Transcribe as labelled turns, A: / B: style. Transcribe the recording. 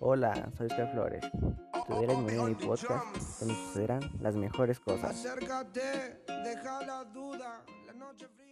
A: Hola, soy Fer Flores. Estuviera en mi podcast donde sucederán las mejores cosas.
B: Acércate, deja la duda, la noche fría.